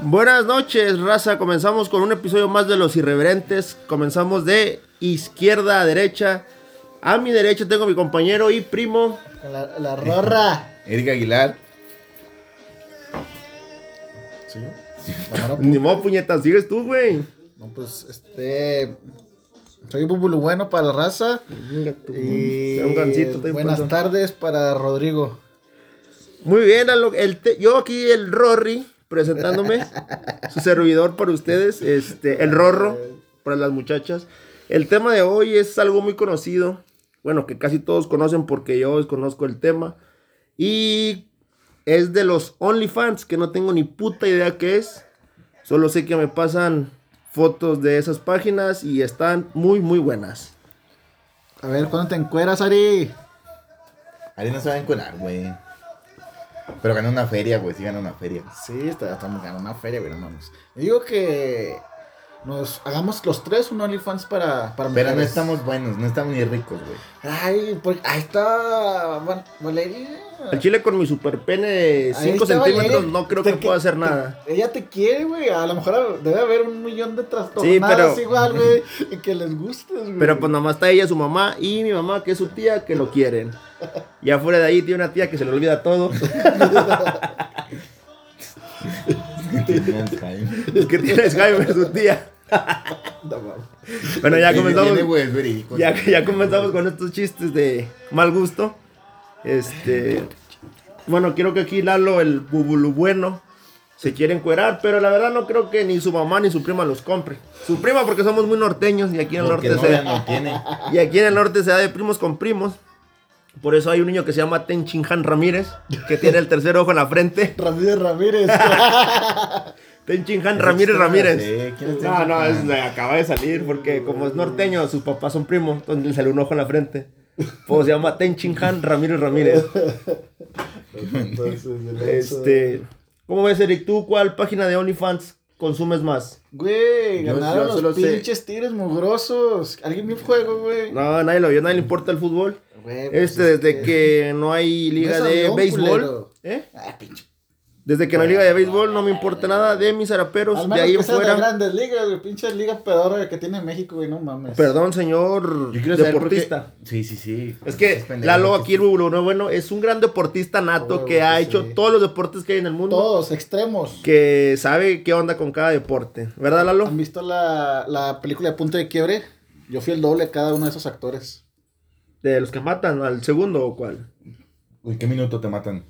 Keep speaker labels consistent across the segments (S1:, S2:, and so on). S1: Buenas noches, raza. Comenzamos con un episodio más de Los Irreverentes. Comenzamos de izquierda a derecha. A mi derecha tengo a mi compañero y primo.
S2: La, la rorra.
S3: Erika Aguilar.
S2: ¿Sí? La mano,
S1: Ni modo, puñetas, sigues tú, güey.
S2: No, pues, este... Soy Búbulo Bueno para la raza. Y...
S1: Un gancito, te
S2: buenas
S1: importa.
S2: tardes para Rodrigo.
S1: Muy bien, a lo- el te- yo aquí, el Rory, presentándome, su servidor para ustedes, este, el Rorro, para las muchachas. El tema de hoy es algo muy conocido, bueno, que casi todos conocen porque yo desconozco el tema. Y es de los OnlyFans, que no tengo ni puta idea qué es. Solo sé que me pasan fotos de esas páginas y están muy, muy buenas.
S2: A ver, ¿cuándo te encueras, Ari?
S3: Ari no se va a encuelar, güey. Pero ganó una feria, güey. Sí ganó una feria.
S2: Sí, está- estamos ganando una feria, pero vamos. Yo digo que nos hagamos los tres un OnlyFans para, para
S3: Pero no
S2: mujeres.
S3: estamos buenos, no estamos ni ricos, güey.
S2: Ay, por- ahí está Val- Valeria.
S1: Al chile con mi super pene de
S2: Ahí
S1: 5
S2: está
S1: centímetros
S2: Valeria.
S1: no creo
S2: Te
S1: que pueda hacer nada.
S2: te- ella te quiere, güey. A lo mejor debe haber un millón de
S1: Sí,
S2: trastornadas
S1: pero-
S2: igual, güey. Y que les gustes, güey.
S3: Mm.
S1: Pero pues nomás está ella, su mamá y mi mamá, que es su tía, que lo quieren. Y afuera de ahí tiene una tía que se le olvida todo. Es que tiene Jaime, su tía.
S2: No, mames.
S1: Bueno, ya comenzamos.
S3: Viene, güey, es verídico.
S1: Ya, ya comenzamos con estos chistes de mal gusto. Este. Bueno, quiero que aquí Lalo, el bubulu bueno, se quiere encuerar, pero la verdad no creo que ni su mamá ni su prima los compre. Su prima, porque somos muy norteños y aquí en el
S3: Porque
S1: norte
S3: no,
S1: se.
S3: ya no tiene.
S1: Y aquí en el norte se da de primos con primos. Por eso hay un niño que se llama Tenchinhan Ramírez, que tiene el tercer ojo en la frente.
S2: Ramírez Ramírez.
S1: Tenchinhan Ramírez Ramírez.
S3: Sí, ¿quién es este?
S1: No, no, es- acaba de salir porque como es norteño, sus papás son primos, entonces le sale un ojo en la frente. Pues se llama Tenchinhan Ramírez Ramírez.
S2: Entonces, este...
S1: Este, ¿Cómo ves, Eric? ¿Tú cuál página de OnlyFans consumes más?
S2: Güey,
S3: Yo-
S2: ganaron
S3: yo solo
S2: los
S3: sé-
S2: pinches tigres mugrosos. ¿Alguien vio el juego, güey?
S1: No, nadie lo vio, nadie le importa el fútbol.
S2: Güey, pues,
S1: Este, desde que no hay liga
S2: No es
S1: de
S2: avión,
S1: béisbol.
S2: culero.
S1: ¿eh?
S2: Ah, pinche.
S1: Desde que no hay liga de béisbol, no me importa nada de mis
S2: Al
S1: araperos. De
S2: menos
S1: ahí
S2: que
S1: en
S2: sean las
S1: fuera.
S2: grandes ligas, güey. Pinche liga pedora que tiene México, güey. No mames.
S1: Perdón, señor
S3: Yo quiero saber por qué-
S1: deportista.
S3: Sí, sí, sí.
S1: Es que
S3: pendejo,
S1: Lalo
S3: porque
S1: aquí, el Bubu, no bueno, es un gran deportista nato
S3: Oh,
S2: Huevo,
S1: que ha
S2: sí.
S1: hecho todos los deportes que hay en el mundo.
S2: Todos, extremos.
S1: Que sabe qué onda con cada deporte. ¿Verdad, Lalo?
S2: ¿Han visto la, la película de Punto de Quiebre? Yo fui el doble a cada uno de esos actores.
S1: De los que matan al segundo o cuál.
S3: Uy, ¿qué minuto te matan?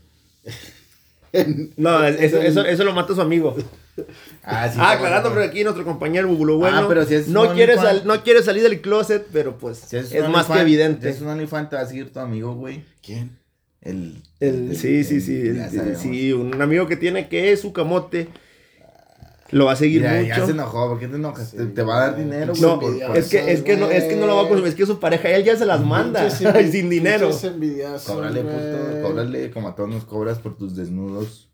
S1: No, es- eso, eso, eso lo mata su amigo.
S3: Ah, sí.
S1: ah,
S3: está
S1: aclarando,
S3: bueno.
S1: pero aquí nuestro compañero Bubulo, bueno,
S3: Ah, pero si es
S1: no,
S3: un
S1: quiere
S3: OnlyFans.
S1: sal- no quiere salir del closet, pero pues
S3: Si
S1: es,
S3: un
S1: más
S3: OnlyFans-
S1: que evidente.
S3: Si es un OnlyFans, te va a seguir tu amigo, güey.
S2: ¿Quién?
S3: El,
S1: El- sí, sí, sí.
S3: el-
S1: el-
S3: ya
S1: sí,
S3: sabemos.
S1: un amigo que tiene que es su camote. Lo va a seguir
S3: Mira,
S1: mucho.
S3: ya se enojó, ¿por qué te enojas? te, te va a dar dinero, güey.
S1: No,
S3: por- por-
S1: es que, es, que no, es que no lo va a consumir, es que su pareja, él ya se las manda, y sin dinero.
S3: Cóbrale, puto, cóbrale como a todos nos cobras por tus desnudos.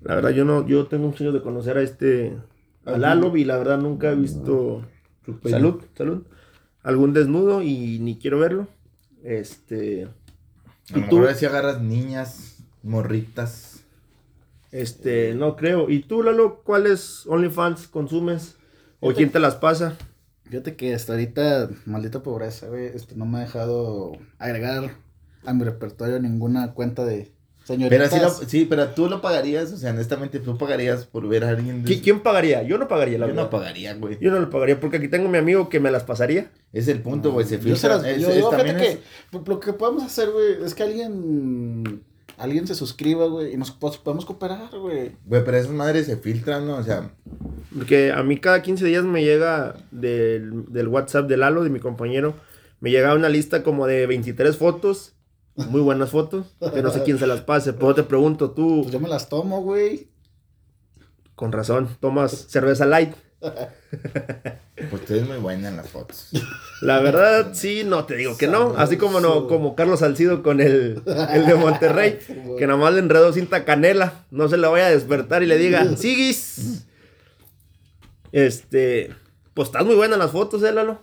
S1: La verdad, yo no, yo tengo un sueño de conocer a este, a Lalo, y la verdad nunca he visto, salud, salud, algún desnudo, y ni quiero verlo, este,
S3: A
S1: ¿Y
S3: lo
S1: tú?
S3: mejor si agarras niñas, morritas.
S1: este, no creo. ¿Y tú, Lalo, cuáles OnlyFans consumes? ¿O quién te las pasa?
S2: Fíjate que hasta ahorita, maldita pobreza, güey. Este, no me ha dejado agregar a mi repertorio ninguna cuenta de
S3: Pero
S2: señoritas.
S3: sí, lo- sí, pero tú lo pagarías, o sea, honestamente tú pagarías por ver a alguien.
S1: ¿Qui-
S3: de-
S1: ¿Quién pagaría? Yo no pagaría, la
S3: Yo no
S1: verdad.
S3: pagaría, güey.
S1: Yo no lo pagaría, porque aquí tengo a mi amigo que me las pasaría.
S3: Es el punto, güey, se
S2: Yo se
S3: filtra.
S2: las-
S3: es-
S2: yo
S3: es-
S2: digo,
S3: también
S2: fíjate
S3: es-
S2: que lo que podemos hacer, güey, es que alguien, alguien se suscriba, güey, y nos po- podemos cooperar, güey.
S3: Güey, pero esas madres se filtran, ¿no? O sea,
S1: Porque a mí cada 15 días me llega del, del WhatsApp de Lalo, de mi compañero, me llega una lista como de 23 fotos, muy buenas fotos, que no sé quién se las pase. Pero te pregunto, tú,
S2: Pues yo me las tomo, güey.
S1: con razón, tomas cerveza light.
S3: pues tú eres muy buena en las fotos.
S1: La verdad, sí, no te digo que no. Así como no, como Carlos Salcido con el, el de Monterrey, que nada más le enredó cinta canela. No se la vaya a despertar y le diga, siguis. Este, pues estás muy buena en las fotos, eh, Lalo.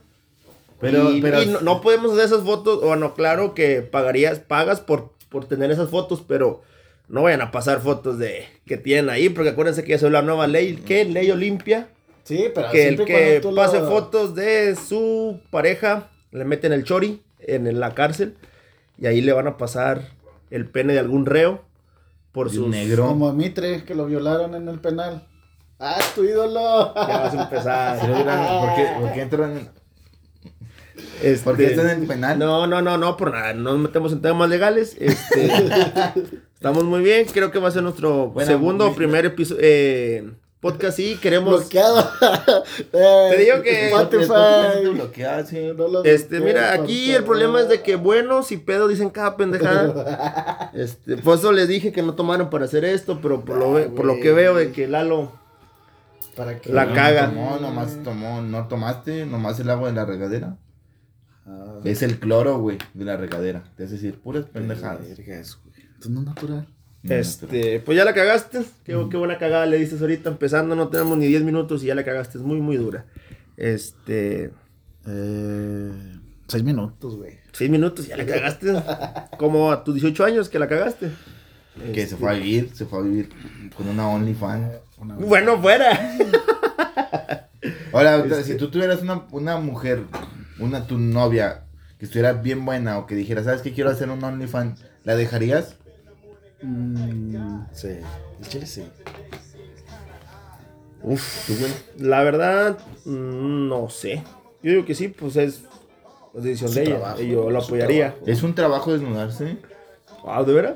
S3: Pero,
S1: y,
S3: pero
S1: y no, no podemos hacer esas fotos. Bueno, claro que pagarías, pagas por, por tener esas fotos, pero No vayan a pasar fotos de que tienen ahí, porque acuérdense que ya es la nueva ley. ¿Qué? Ley Olimpia.
S2: Sí, pero
S1: Que el
S2: siempre y
S1: que
S2: cuando tú lo-
S1: pase fotos de su pareja, le meten el chori en la cárcel. Y ahí le van a pasar el pene de algún reo por
S3: De
S1: sus...
S3: un negro.
S2: Como a Mitre, que lo violaron en el penal. ¡Ah, tu ídolo!
S1: Ya vas a
S3: Si
S1: empezar.
S3: no hubieran- ¿Por qué, por qué entró en-
S1: Este,
S3: por qué está en el penal?
S1: No, no, no, no, por nada. No nos metemos en temas legales. Este, estamos muy bien. Creo que va a ser nuestro
S3: Bueno,
S1: segundo o
S3: mi-
S1: primer episodio, eh, podcast. Y queremos.
S2: bloqueado. Te
S1: digo que-
S3: Spotify.
S2: Spotify.
S3: Bloqueado, sí.
S2: No lo
S1: Este,
S2: bloquees,
S1: mira,
S2: por
S1: aquí
S2: favor.
S1: el problema es de que buenos y pedo dicen cada pendejada. Este, por eso les dije que no tomaron para hacer esto, pero por
S2: Ah,
S1: lo, ve- por lo que veo de que Lalo
S2: Para que-
S1: la caga.
S3: Tomó, nomás tomó, no tomaste, nomás el agua de la regadera.
S2: Ah,
S3: Es el cloro, güey, de la regadera. Es decir, puras pendejadas.
S2: vergas, güey. Esto no es natural.
S3: No, pero-
S1: Este, pues ya la cagaste. Qué,
S2: Mm.
S1: qué buena cagada le dices ahorita empezando. No tenemos ni 10 minutos y ya la cagaste. Es muy, muy dura. Este,
S2: Eh, seis minutos, güey.
S1: 6 minutos y ya la cagaste. Como a tus 18 años que la cagaste.
S3: Que se fue a vivir, se fue a vivir con una OnlyFans.
S2: Una-
S1: Bueno, fuera.
S3: Ahora, ahorita, si tú tuvieras una, una mujer, una tu novia, que estuviera bien buena o que dijera, ¿sabes qué quiero hacer un OnlyFans? ¿La dejarías?
S2: Mm, sí. El chile sí.
S1: Uf,
S3: ¿Tú, güey?
S1: la verdad, mm, no sé. Yo digo que sí, pues es pues, decisión
S2: Su
S1: de ella.
S2: trabajo,
S1: y yo lo
S2: su
S1: apoyaría.
S2: trabajo.
S3: ¿Es un trabajo desnudarse?
S1: Ah, ¿de veras?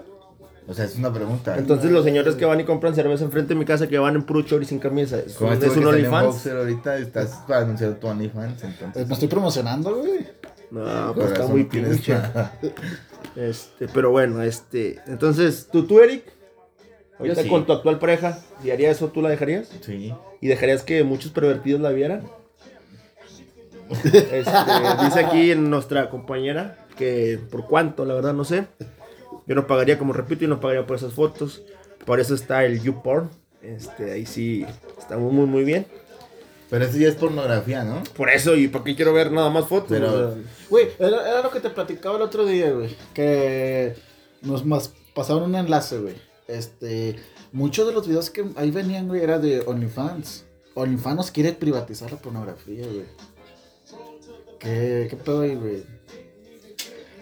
S3: O sea, es una pregunta. ¿eh?
S1: Entonces los señores que van y compran cerveza enfrente de mi casa que van en puro chor y sin camisa, ¿es,
S3: Como este
S1: es
S3: güey
S1: un
S3: que salió en
S1: OnlyFans?
S3: boxer ahorita estás para anunciar tu OnlyFans, entonces.
S2: Eh, Me estoy promocionando, güey.
S1: No,
S3: por
S1: pues está
S3: razón
S1: muy
S3: tienes
S1: pinche.
S3: nada.
S1: Este, pero bueno, este, entonces, ¿tú, tú Eric? Ahorita
S3: sí.
S1: con tu actual pareja, ¿y haría eso tú la dejarías?
S3: Sí.
S1: ¿Y dejarías que muchos pervertidos la vieran? Este, dice aquí nuestra compañera que por cuánto, la verdad no sé. Yo no pagaría, como repito, yo no pagaría por esas fotos. Por eso está el YouPorn. Este, ahí sí está muy, muy, muy bien.
S3: Pero eso ya es pornografía, ¿no?
S1: Por eso, ¿y por qué quiero ver nada más fotos?
S3: Pero-
S1: O sea,
S2: Güey, era, era lo que te platicaba el otro día, güey. Que nos mas- pasaron un enlace, güey. Este, muchos de los videos que ahí venían, güey, era de OnlyFans. OnlyFans nos quiere privatizar la pornografía, güey. ¿Qué, qué pedo ahí, güey?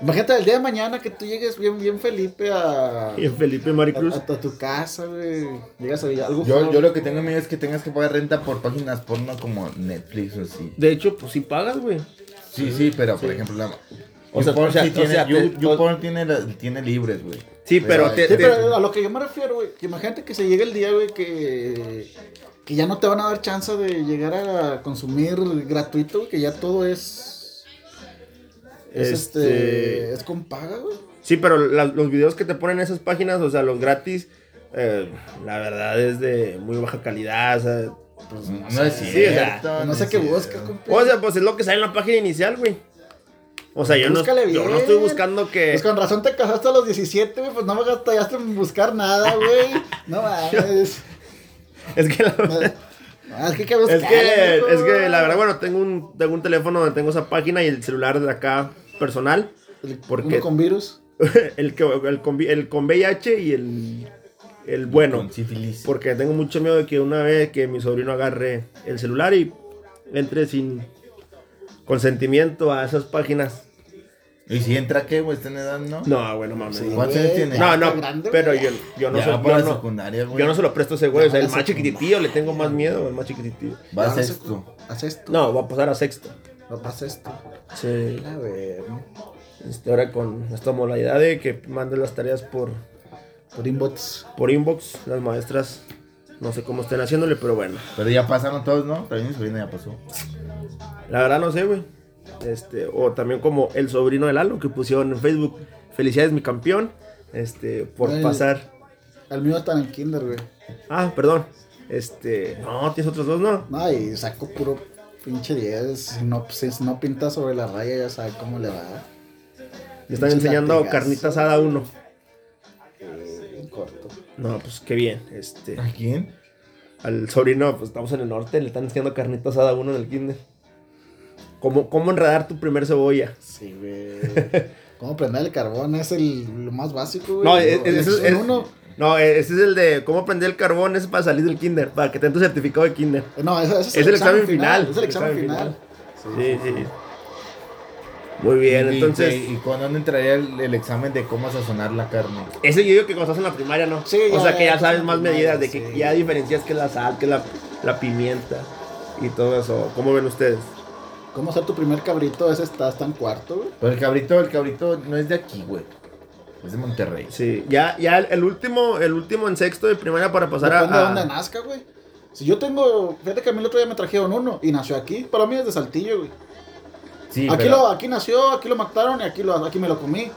S2: Imagínate el día de mañana que tú llegues bien, bien Felipe a,
S1: y en Felipe Maricruz.
S2: a- a tu casa, güey. Llegas a Villa- algo.
S3: Yo,
S2: feo.
S3: yo lo que tengo miedo es que tengas que pagar renta por páginas porno como Netflix o así.
S1: De hecho, pues sí pagas, güey.
S3: Sí, sí, pero por
S1: Sí.
S3: ejemplo, la.
S1: O sea,
S3: YouPorn
S1: o sea,
S3: sí
S1: o
S3: tiene,
S1: sea, te-
S3: You- YouPorn tiene, la- tiene libres, güey.
S1: Sí, pero te-
S2: Sí,
S3: hay-
S2: pero a lo que yo me refiero, güey, que imagínate que se llegue el día, güey, que, que ya no te van a dar chance de llegar a consumir gratuito, güey, que ya todo es. Es este.
S1: Este-
S2: Es con paga, güey.
S1: Sí, pero la- los videos que te ponen en esas páginas, o sea, los gratis, eh, la verdad es de muy baja calidad. O sea,
S2: Pues,
S3: No,
S2: sé,
S3: es
S1: sí,
S3: cierto.
S1: o sea,
S2: no sé
S3: es
S2: qué
S3: cierto.
S2: buscas, compa.
S1: o sea, pues es lo que sale en la página inicial, güey. O sea, yo no,
S2: Búscale bien.
S1: yo no estoy buscando que...
S2: Pues con razón te casaste a los 17, güey, pues no me gastaste en buscar nada, güey. No mames.
S1: Es que, la,
S2: No, es que hay que
S1: es,
S2: buscarle,
S1: que,
S2: güey.
S1: es que la verdad, bueno, tengo un, tengo un teléfono donde tengo esa página y el celular de acá personal.
S2: El-
S1: ¿por
S2: uno
S1: qué?
S2: con virus.
S1: El, que- el, con, el con VIH y el, el bueno.
S3: Con sífilis.
S1: Porque tengo mucho miedo de que una vez que mi sobrino agarre el celular y entre sin consentimiento a esas páginas.
S3: ¿Y si entra qué, güey? ¿Está en edad, no?
S1: No, bueno, mames.
S2: Sí,
S3: ¿Cuántos años
S2: güey,
S3: tiene?
S2: ya
S1: No,
S2: está
S1: no,
S2: grande,
S1: pero
S2: güey.
S1: yo, yo no
S3: Ya
S1: se,
S3: va para
S1: yo,
S3: la
S1: no,
S3: secundaria, güey.
S1: yo no se lo presto a ese güey. O sea,
S2: Ya
S1: el
S2: va
S1: más
S2: la secundaria.
S1: chiquititillo le tengo más miedo, el más chiquititillo.
S3: Va a
S2: Haz
S3: sexto.
S2: Haz esto.
S1: No, va a pasar a sexto.
S2: No pasa esto.
S1: Sí.
S2: A ver, ¿no?
S1: Este, ahora con esta modalidad de que manden las tareas por,
S2: Por inbox.
S1: por inbox, las maestras. No sé cómo estén haciéndole, pero bueno.
S3: Pero ya pasaron todos, ¿no? También mi sobrina ya pasó.
S1: La verdad no sé, güey. Este, o también como el sobrino de Lalo que pusieron en Facebook, felicidades mi campeón, este, por
S2: Ay.
S1: pasar.
S2: El mío está en el kinder, güey.
S1: Ah, perdón. Este, no, tienes otros dos, no.
S2: No, y saco puro pinche 10. Si no, si no pinta sobre la raya, ya sabe cómo le va.
S1: Le están
S2: Pinche
S1: enseñando
S2: latigazo.
S1: carnita asada a uno.
S2: Eh, en corto.
S1: No, pues qué bien. Este,
S3: ¿A quién?
S1: al sobrino, pues estamos en el norte, le están enseñando carnita asada a uno en el kinder. ¿Cómo, cómo enredar tu primer cebolla?
S2: Sí, güey. ¿Cómo prender el carbón? Es el, lo más básico, güey.
S1: No,
S2: Lo-
S1: es- es-
S2: el
S1: es-
S2: Exxon
S1: es-
S2: uno.
S1: No, eh, ese es el de cómo aprender el carbón, es para salir del kinder, para que te den tu certificado de kinder.
S2: Eh, No, ese, ese
S1: Es el examen final.
S2: Es el examen final.
S1: Sí, sí. Muy bien,
S3: Y-
S1: entonces.
S3: ¿Y, y cuándo entraría el, el examen de cómo sazonar la carne?
S1: Ese yo digo que cuando estás en la primaria, ¿no?
S2: Sí,
S1: o
S2: ya,
S1: sea que
S2: ya,
S1: ya sabes
S2: en
S1: más
S2: primaria,
S1: medidas, de que
S2: sí.
S1: ya diferencias que es la sal, que es la, la pimienta y todo eso. ¿Cómo ven ustedes?
S2: ¿Cómo hacer tu primer cabrito? Ese está, está en cuarto, güey.
S3: Pero el cabrito, el cabrito no es de aquí, güey. Es de Monterrey.
S1: Sí, ya, ya el, el último, el último en sexto de primaria para pasar a,
S2: Depende de
S1: a-
S2: dónde nazca, güey. Si yo tengo. Fíjate que a mí el otro día me trajeron uno y nació aquí. Para mí es de Saltillo, güey.
S3: Sí,
S2: aquí,
S3: pero
S2: lo, aquí nació, aquí lo mataron y aquí, lo, aquí me lo comí.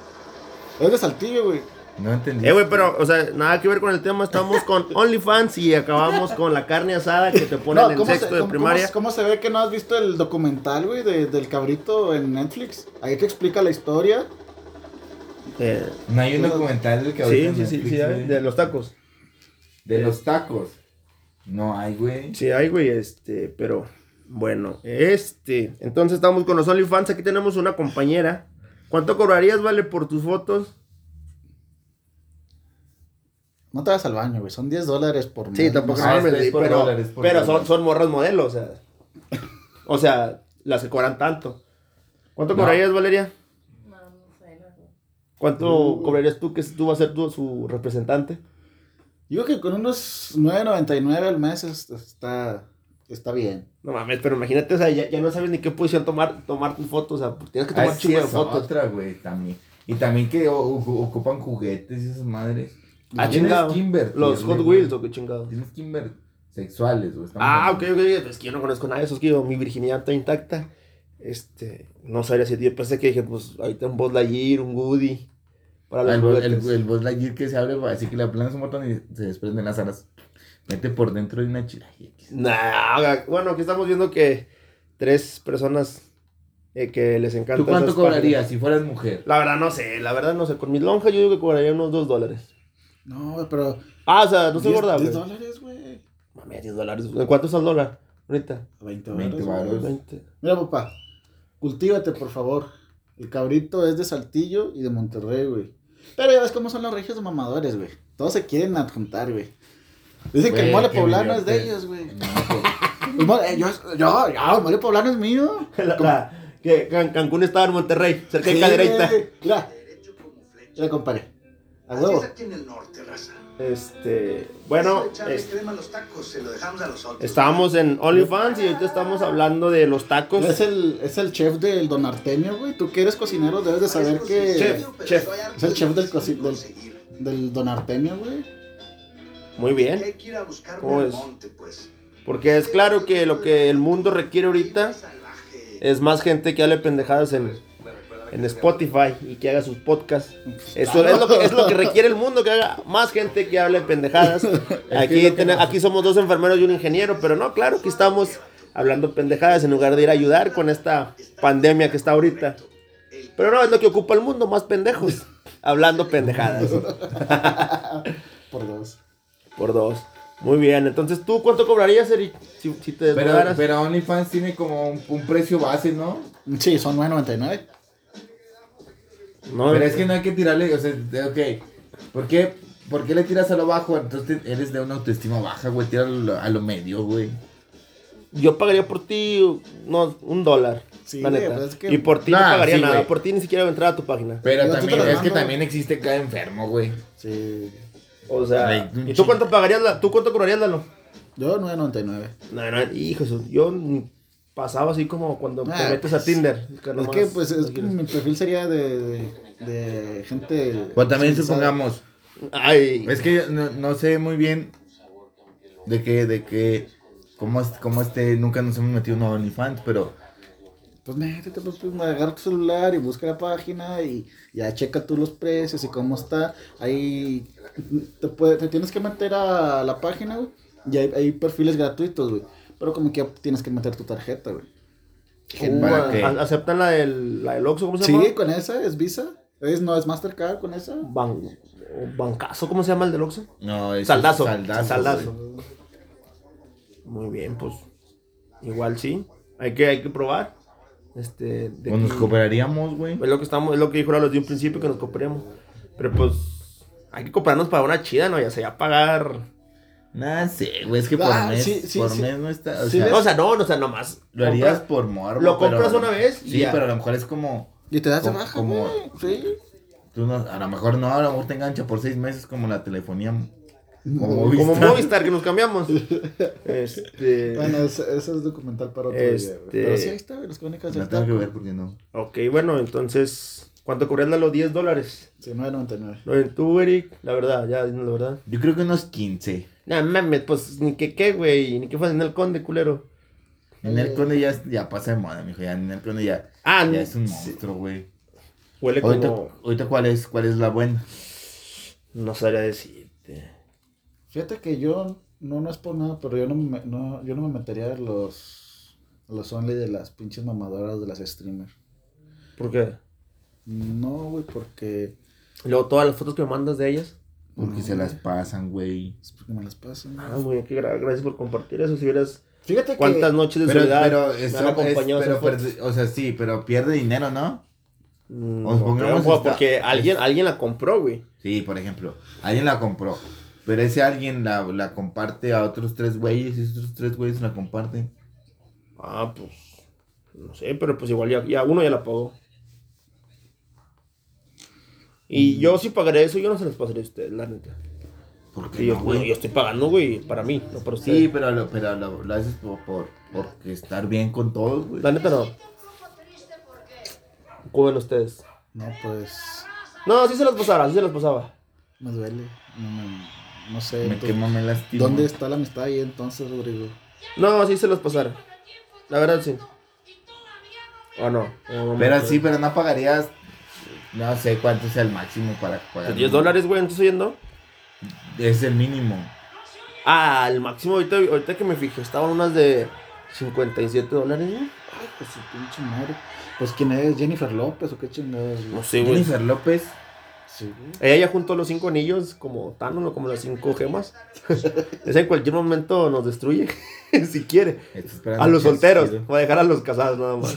S2: Es de Saltillo, güey.
S3: no entendí.
S1: Eh, güey, pero, o sea, nada que ver con el tema. Estamos con OnlyFans y acabamos con la carne asada que te ponen
S2: No,
S1: en
S2: ¿cómo
S1: sexto
S2: se-
S1: de
S2: cómo-
S1: primaria.
S2: cómo se ve que no has visto el documental, güey, de- del cabrito en Netflix? Ahí que explica la historia.
S1: Eh,
S3: No hay un documental del cabrito.
S1: sí,
S3: en
S1: sí, sí,
S3: Netflix,
S1: sí, ya
S3: güey.
S1: ven, de los tacos.
S3: De los tacos. No hay, güey.
S1: Sí, hay, güey, este, pero bueno, este. Entonces estamos con los OnlyFans. Aquí tenemos una compañera. ¿Cuánto cobrarías, vale, por tus fotos?
S2: No te vas al baño, güey. Son 10 dólares por mes.
S1: Sí, tampoco
S3: Ah,
S1: no
S3: es
S1: me di,
S3: por
S1: pero,
S3: dólares, por
S1: pero son,
S3: dólares.
S1: son morras modelo, o sea. O sea, las que cobran tanto. ¿Cuánto
S3: No.
S1: cobrarías, Valeria?
S4: No, no sé, no sé.
S1: ¿Cuánto cobrarías tú que tú vas a ser tú su representante?
S2: Digo que con unos 9.99 al mes es- está, está bien.
S1: No mames, pero imagínate, o sea, ya, ya no sabes ni qué posición tomar, tomar tus fotos, o sea, pues tienes que
S3: Ah,
S1: tomar
S3: sí,
S1: chingo de
S3: es
S1: fotos.
S3: otra, güey, también. Y también que o- o- ocupan juguetes y esas madres.
S1: Ah,
S3: Tienes
S1: chingado.
S3: que invertirle,
S1: Los Hot
S3: güey.
S1: Wheels o qué chingado.
S3: Tienes que invertir. Sexuales, güey. estamos
S1: Ah, ok,
S3: hablando.
S1: ok, ok, es que yo no conozco nada de eso, es que yo, mi virginidad está intacta. Este, no sabía si yo pensé que dije, pues ahorita un Buzz Lightyear, un Woody. Para los
S3: El, bo- el,
S1: juguetes.
S3: el Buzz Lightyear que se abre, güey, así que le aplanas un botón y se desprenden las alas. Mete por dentro de una chila.
S1: Nah, haga- bueno, aquí estamos viendo que tres personas eh, que les encanta.
S3: ¿Tú cuánto
S1: esas páginas.
S3: cobrarías si fueras mujer?
S1: La verdad no sé, la verdad no sé. Con mis lonjas yo digo que cobraría unos dos dólares.
S2: No, güey, pero...
S1: Ah, o sea, no soy
S2: 10
S1: gorda,
S2: 10
S1: güey.
S2: dólares, güey.
S1: Mami, 10 dólares. ¿En cuánto está el dólar? Ahorita.
S2: 20
S3: 20
S2: dólares.
S3: varos.
S2: güey.
S1: 20.
S2: Mira, papá. Cultívate, por favor. El cabrito es de Saltillo y de Monterrey, güey. Pero ya ves cómo son los regios de mamadores, güey. Todos se quieren adjuntar, güey. Dicen que el
S3: Güey,
S2: mole
S3: qué
S2: poblano es de
S3: idiota.
S2: ellos, güey.
S3: No, pues,
S2: El mole- eh, Yo, yo, yo, el mole poblano es mío.
S1: La- la- que Can- Cancún estaba en Monterrey, cerca de
S2: Sí,
S1: Cadereyta.
S2: Mira, ya compadre. A
S5: Así
S2: huevo.
S5: es aquí en el norte, raza.
S1: Este, bueno,
S5: Eso de echarle
S1: es-
S5: crema a los tacos, se lo dejamos a los otros.
S1: estábamos en OnlyFans y ahorita estamos hablando de los tacos.
S2: Es el, es el chef del Don Artemio, güey. Tú que eres cocinero debes de saber que...
S1: Chef, chef.
S2: Es el chef del cosi- del- Del Don Artemio, güey.
S1: Muy bien,
S5: Hay que ir a buscar
S1: ¿Cómo
S5: del
S1: es?
S5: monte, pues.
S1: porque es claro que lo que el mundo requiere ahorita
S5: Salvaje.
S1: es más gente que hable pendejadas en, en Spotify y que haga sus podcasts. Eso es lo, que, es lo que requiere el mundo, que haga más gente que hable pendejadas. Aquí,
S3: lo que
S1: tene-
S3: nos-
S1: aquí somos dos enfermeros y un ingeniero, pero no, claro que estamos hablando pendejadas en lugar de ir a ayudar con esta pandemia que está ahorita.
S5: El-
S1: Pero no, es lo que ocupa el mundo, más pendejos. Hablando pendejadas.
S2: Por dos.
S1: Por dos. Muy bien, entonces tú cuánto cobrarías, Eric, si, si te
S3: Pero,
S1: desnudaras?
S3: pero OnlyFans tiene como un, un precio base, ¿no?
S2: Sí, son 9.99.
S1: no,
S3: Pero es que no hay que tirarle, o sea, de- ok. ¿Por qué, por qué le tiras a lo bajo? Entonces te- eres de una autoestima baja, güey. Tíralo a lo- a lo medio, güey.
S1: yo pagaría por ti no, un dólar.
S2: Sí,
S1: la neta.
S2: pues es que-
S1: Y por ti no
S3: Nah,
S1: pagaría
S3: sí,
S1: nada.
S3: güey.
S1: Por ti ni siquiera voy a entrar a tu página.
S3: Pero
S2: Yo estoy
S3: también, es que
S2: tratando.
S3: también existe cada enfermo, güey.
S2: Sí.
S1: O sea,
S3: Güey, un
S1: ¿y tú
S3: chingo.
S1: cuánto pagarías? la- ¿Tú cuánto cobrarías, Lalo?
S2: Yo 9.99.
S1: No, no, hijo, eso, yo ni pasaba así como cuando
S2: Ah,
S1: te metes a
S2: pues,
S1: Tinder.
S2: Es que pues es que mi perfil sería de, de, de gente...
S3: O también
S2: civilizada.
S3: supongamos,
S1: Ay,
S3: es que yo no, no sé muy bien de qué, de qué, cómo, es- cómo este, nunca nos hemos metido en OnlyFans, pero
S2: Pues métete, pues, pues, agarra tu celular y busca la página y ya checa tú los precios y cómo está. Ahí te, puede- te tienes que meter a la página, güey. Y hay, hay perfiles gratuitos, güey. Pero como que ya tienes que meter tu tarjeta, güey.
S1: uh,
S3: ¿para qué?
S1: a- ¿aceptan la del, la del Oxxo? ¿Cómo se llama?
S2: Sí, con esa, es Visa. Es, no, es Mastercard con esa.
S1: Ban- bancazo, ¿cómo se llama el del Oxxo?
S3: no, es
S1: Saldazo.
S3: saldazo,
S1: Saldazo.
S3: güey.
S1: Muy bien, pues. Igual sí. Hay que, hay que probar. Este. de
S3: O Pues nos
S1: que-
S3: cooperaríamos, güey.
S1: es lo que estamos, es lo que dijo Lalo desde un principio que nos cooperemos. Pero pues. Hay que comprarnos para una chida, ¿no? Ya sea, ya pagar.
S3: Nah, sí, güey, es que por
S2: Ah,
S3: mes,
S2: sí, sí,
S3: por
S2: sí.
S3: mes no está. O
S2: Sí,
S3: sea,
S1: No, o sea, no, o sea, nomás.
S3: lo harías
S1: compras-
S3: por morbo.
S1: lo
S3: pero-
S1: compras una vez y
S3: Sí,
S1: ya.
S3: pero a lo mejor es como.
S2: Y te das de
S3: Como-
S2: baja,
S3: como-
S2: güey. Sí.
S3: Tú no, a lo mejor no, a lo mejor te engancha por seis meses como la telefonía. Como
S1: Como
S3: Movistar.
S1: Movistar, que nos cambiamos. Este.
S2: Bueno, ese, ese es documental para otro día,
S1: Este-
S2: güey. Pero sí, ahí está, güey, las crónicas
S3: La
S2: del
S3: tengo que
S2: taco.
S3: ver porque no.
S1: Ok, bueno, entonces. ¿Cuánto cobrías los 10 dólares?
S2: Sí, 9.99.
S1: Lo de tú, Eric, la verdad, ya, dinos la verdad.
S3: Yo creo que unos 15.
S1: Nah, mames, pues ni que qué, güey, ni que fuera en el conde, culero.
S3: En el conde ya, ya pasa de moda, mijo. Ya en el conde ya,
S1: Ah,
S3: ya es un
S1: sí,
S3: monstruo, güey.
S1: Huele
S3: Ahorita,
S1: como.
S3: ahorita cuál es, cuál es la buena.
S1: No sabría decirte.
S2: Fíjate que yo, no, no es por nada, pero yo no me, no, yo no me metería a los, a los only de las pinches mamadoras de las streamers.
S1: ¿Por qué?
S2: No, güey, porque,
S1: Y Luego todas las fotos que me mandas de ellas.
S3: Porque se las pasan, güey.
S2: es pues, porque me las pasan.
S1: Ah, muy bien, qué gra- gracias por compartir eso. Si vieras
S2: Fíjate que...
S1: cuántas noches de
S3: Pero,
S1: soledad
S3: pero,
S1: me
S3: eso
S1: han
S3: es-
S1: acompañado
S3: pero pues,
S1: esas fotos.
S3: perde- o sea, sí, pero pierde dinero, ¿no?
S1: Mm,
S3: Os
S1: no
S3: pongamos
S1: creo,
S3: esta-
S1: porque alguien, alguien la compró, güey.
S3: Sí, por ejemplo, alguien la compró. Pero ese alguien la, la comparte a otros tres güeyes y esos otros tres güeyes la comparten.
S1: Ah, pues. No sé, pero pues igual ya, ya uno ya la pagó.
S3: Mm.
S1: Y yo si pagaré eso, yo no se las pasaré a ustedes, la neta.
S3: Porque
S1: Sí, yo, yo estoy pagando, güey, para mí, no para ustedes.
S3: Sí, pero lo, pero lo, lo haces por, por, por estar bien con todos, güey.
S1: La neta no. ¿Cómo ven ustedes?
S2: No, pues,
S1: No, sí se las pasaba, sí se las pasaba.
S2: me duele. No, me- no sé.
S3: Me
S2: tú-
S3: quemo, me lastimo.
S2: ¿Dónde está la amistad ahí entonces, Rodrigo?
S1: No, sí se las pasara. La verdad, sí. ¿O no? O no
S3: Pero
S1: me-
S3: sí, pero no pagarías. No sé cuánto sea el máximo para
S1: O sea,
S3: pagar.
S1: 10 dólares, güey, entonces yendo.
S3: Es el mínimo.
S1: Ah, el máximo ahorita, ahorita que me fijé, estaban unas de 57 dólares, güey.
S2: Ay, pues su pinche madre. Pues, ¿quién es? ¿Jennifer López o qué chingados? güey?
S1: No sé, güey.
S3: Jennifer López.
S2: Sí, güey.
S1: Ella ya juntó los 5 anillos, como Thanos, o como las 5 gemas. Esa en cualquier momento nos destruye, si quiere.
S3: Estoy esperando
S1: A los
S3: que
S1: solteros,
S3: expire.
S1: voy a dejar a los casados nada más.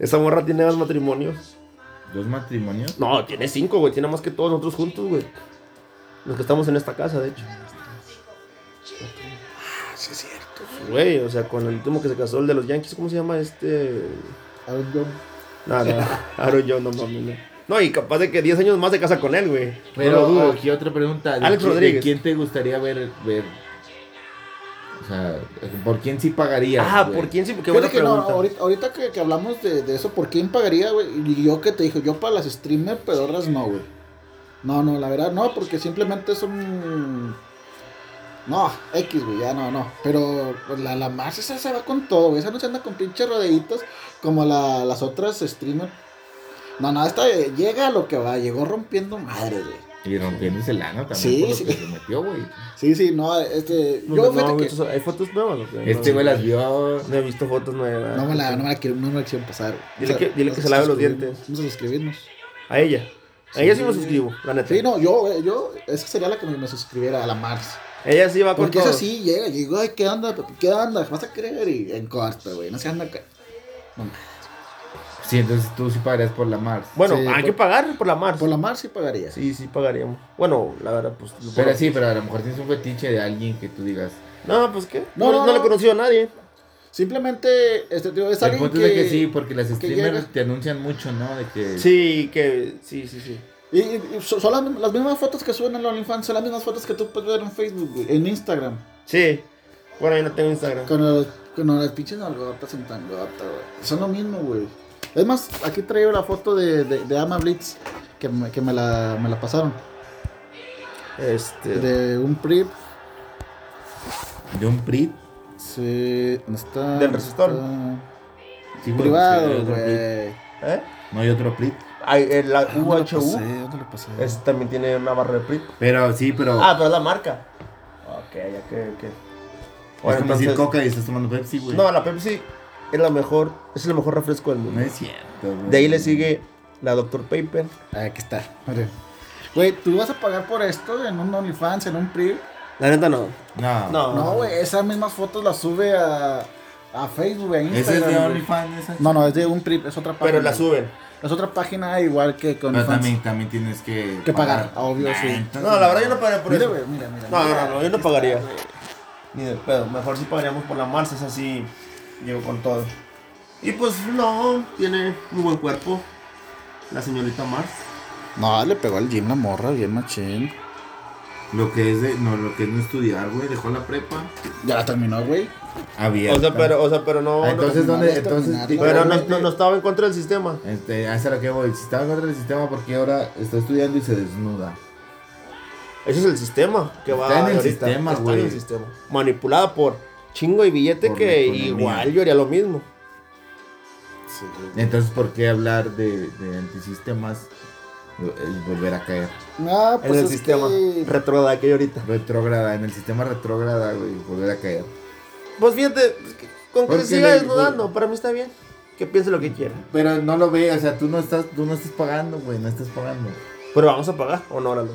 S1: Esa morra tiene más matrimonios.
S3: ¿Dos matrimonios?
S1: No, tiene cinco, güey. Tiene más que todos nosotros juntos, güey. Los que estamos en esta casa, de hecho.
S2: Ah, Sí, es cierto.
S1: Güey, o sea, con el último que se casó, el de los Yankees, ¿cómo se llama este?
S2: Aaron John.
S1: Nada, Aaron John, no mames. No. No, y capaz de que 10 años más se casa con él, güey. no
S3: Pero
S1: lo
S2: ah,
S1: dudo.
S3: aquí otra pregunta. ¿De,
S1: Alex
S3: quién- de
S1: Rodríguez.
S3: quién te gustaría ver, ver? O sea, ¿por quién sí pagarías?
S1: Ah,
S3: güey?
S1: ¿por quién sí? Qué
S2: Fíjate
S1: buena
S2: que no,
S1: pregunta.
S2: ahorita, ahorita que, que hablamos de, de eso, ¿por quién pagaría, güey? Y yo que te dije, yo para las streamer pedorras no, güey. No, no, la verdad no, porque simplemente son... No, X, güey, ya no, no. Pero pues, la, la más esa se va con todo, güey. Esa no se anda con pinches rodeitos como la- las otras streamer. No, no, esta eh, llega a lo que va, llegó rompiendo madre, güey.
S3: Y rompiéndose el ano también
S2: Sí,
S3: por lo
S2: sí.
S3: que se metió, güey.
S2: Sí, sí, no, este...
S1: No,
S2: yo,
S1: no,
S2: fíjate
S1: güey,
S2: que...
S1: entonces, ¿Hay fotos nuevas? o qué?
S3: Este
S1: No,
S3: güey las vio.
S1: No he visto fotos nuevas.
S2: No me la, no me la quiero, no me la quisieron pasar. güey.
S1: Dile
S2: Vamos a-
S1: que- dile
S2: vamos
S1: que
S2: a
S1: se lave los
S2: suscribirnos,
S1: dientes.
S2: Vamos a suscribirnos.
S1: A ella. A ella sí me
S2: Sí.
S1: suscribo, la neta.
S2: Sí, no, yo, eh, yo, esa sería la que me, me suscribiera a la Mars.
S1: Ella
S3: Ah,
S1: sí va con
S2: Porque esa
S1: todo.
S2: sí llega, y digo, ay, ¿qué onda, papi? ¿Qué onda? ¿Vas a creer? Y en corto, güey, no se anda acá.
S3: Sí, entonces tú sí pagarías por la Mars.
S1: Bueno,
S2: Sí,
S1: hay
S2: por-
S1: que pagar por la Mars.
S2: Por la Mars sí pagaría.
S1: Sí, sí pagaríamos. Bueno, la verdad, pues. lo-
S3: Pero sí, pero a lo mejor tienes un fetiche de alguien que tú digas.
S1: No, pues qué.
S2: No,
S1: No,
S2: no,
S1: no, le
S2: no.
S1: he conocido a nadie.
S2: Simplemente, este tío, es
S3: El
S2: alguien
S3: punto
S2: que...
S3: es de que sí, porque las streamers
S2: llega.
S3: te anuncian mucho, ¿no? De que.
S1: Sí, que. Sí, sí, sí.
S2: Y, y- y so- son las, las mismas fotos que suben en OnlyFans, son las mismas fotos que tú puedes ver en Facebook, güey, en Instagram.
S1: Sí. Bueno, yo no tengo Instagram.
S2: Con, los, con las pinches nalgotas en tangota, güey. Son lo mismo, güey. Es más, aquí traigo la foto de, de, de Ama Blitz que, me, que me, la, me la pasaron.
S1: Este. De,
S2: De un PRIP.
S3: De un PRI.
S2: Sí, ¿dónde está?
S1: Del
S2: ¿Dónde
S1: resistor.
S2: está?
S3: Sí, güey, sí, hay
S2: Privado,
S3: otro PRI.
S2: güey.
S1: ¿Eh?
S3: No hay otro PRI.
S1: Ay, eh, la
S2: Ah, ¿dónde lo pasé?
S1: UHU.
S2: ¿Dónde lo pasé?
S1: Es, también tiene una barra de PRI.
S3: Pero sí, pero.
S1: Ah, pero es la marca. Ok, ya que. que.
S3: es como
S1: Bueno, entonces.
S3: decir coca y estás tomando Pepsi, güey.
S1: no, la Pepsi es la mejor. Es el mejor refresco del mundo.
S3: No es cierto, güey.
S1: De ahí le sigue la Dr. Paper.
S2: Ah, Aquí está. Mira. Güey, tú vas a pagar por esto en un OnlyFans, en un PRIP.
S1: La neta no.
S3: No.
S1: No.
S2: No, güey, esas mismas fotos las sube a, a Facebook, a
S3: Ese es
S2: Instagram.
S3: de
S2: güey.
S3: OnlyFans, esa.
S2: No, no, es de un PRIP, es otra página.
S1: Pero la suben.
S2: Es otra página igual que con
S3: Pero
S2: OnlyFans.
S3: también, también tienes que.
S2: Que pagar, obvio, sí.
S3: entonces-
S1: No, la verdad yo no pagaría por
S2: Mira,
S1: eso.
S2: güey, mira, mira.
S1: No,
S2: mira.
S1: no, no, no, yo no pagaría. Ni de pedo. Mejor si pagaríamos por la Mars, es así. Llego con todo. Y pues no, tiene muy buen cuerpo. La señorita Mars.
S2: No, le pegó al gym la morra, bien machín.
S3: Lo que es de. No, lo que es no estudiar, güey. Dejó la prepa.
S2: Ya la terminó, güey.
S3: Abierta.
S1: o sea, pero no.
S3: Ah, entonces,
S2: no,
S3: ¿dónde?
S2: no,
S3: Entonces,
S2: no, no,
S1: pero no,
S3: literalmente-
S1: no- no estaba en contra del sistema.
S3: Este, a eso es lo que voy. Si está en contra del sistema, porque ahora está estudiando y se desnuda.
S1: Ese es el sistema que va
S3: Está en el
S1: ahorita.
S3: sistema,
S1: Está
S3: güey.
S1: en el sistema. Manipulada por chingo y billete
S3: Por
S1: que
S3: la economía.
S1: igual yo haría lo mismo.
S2: Sí,
S3: Entonces, ¿por qué hablar de, de antisistemas? El volver a caer.
S2: No, pues
S1: en el
S2: es
S1: sistema.
S2: que-
S1: Retrograda que hay ahorita.
S3: Retrógrada, en el sistema retrógrada, güey. Volver a caer.
S1: Pues fíjate, pues, que- con que
S3: Porque
S1: se siga
S3: le-
S1: desnudando, para mí está bien. Que piense lo que quiera.
S3: Pero no lo ve, o sea, tú no estás, tú no estás pagando, güey. No estás pagando.
S1: Pero vamos a pagar, honóralo.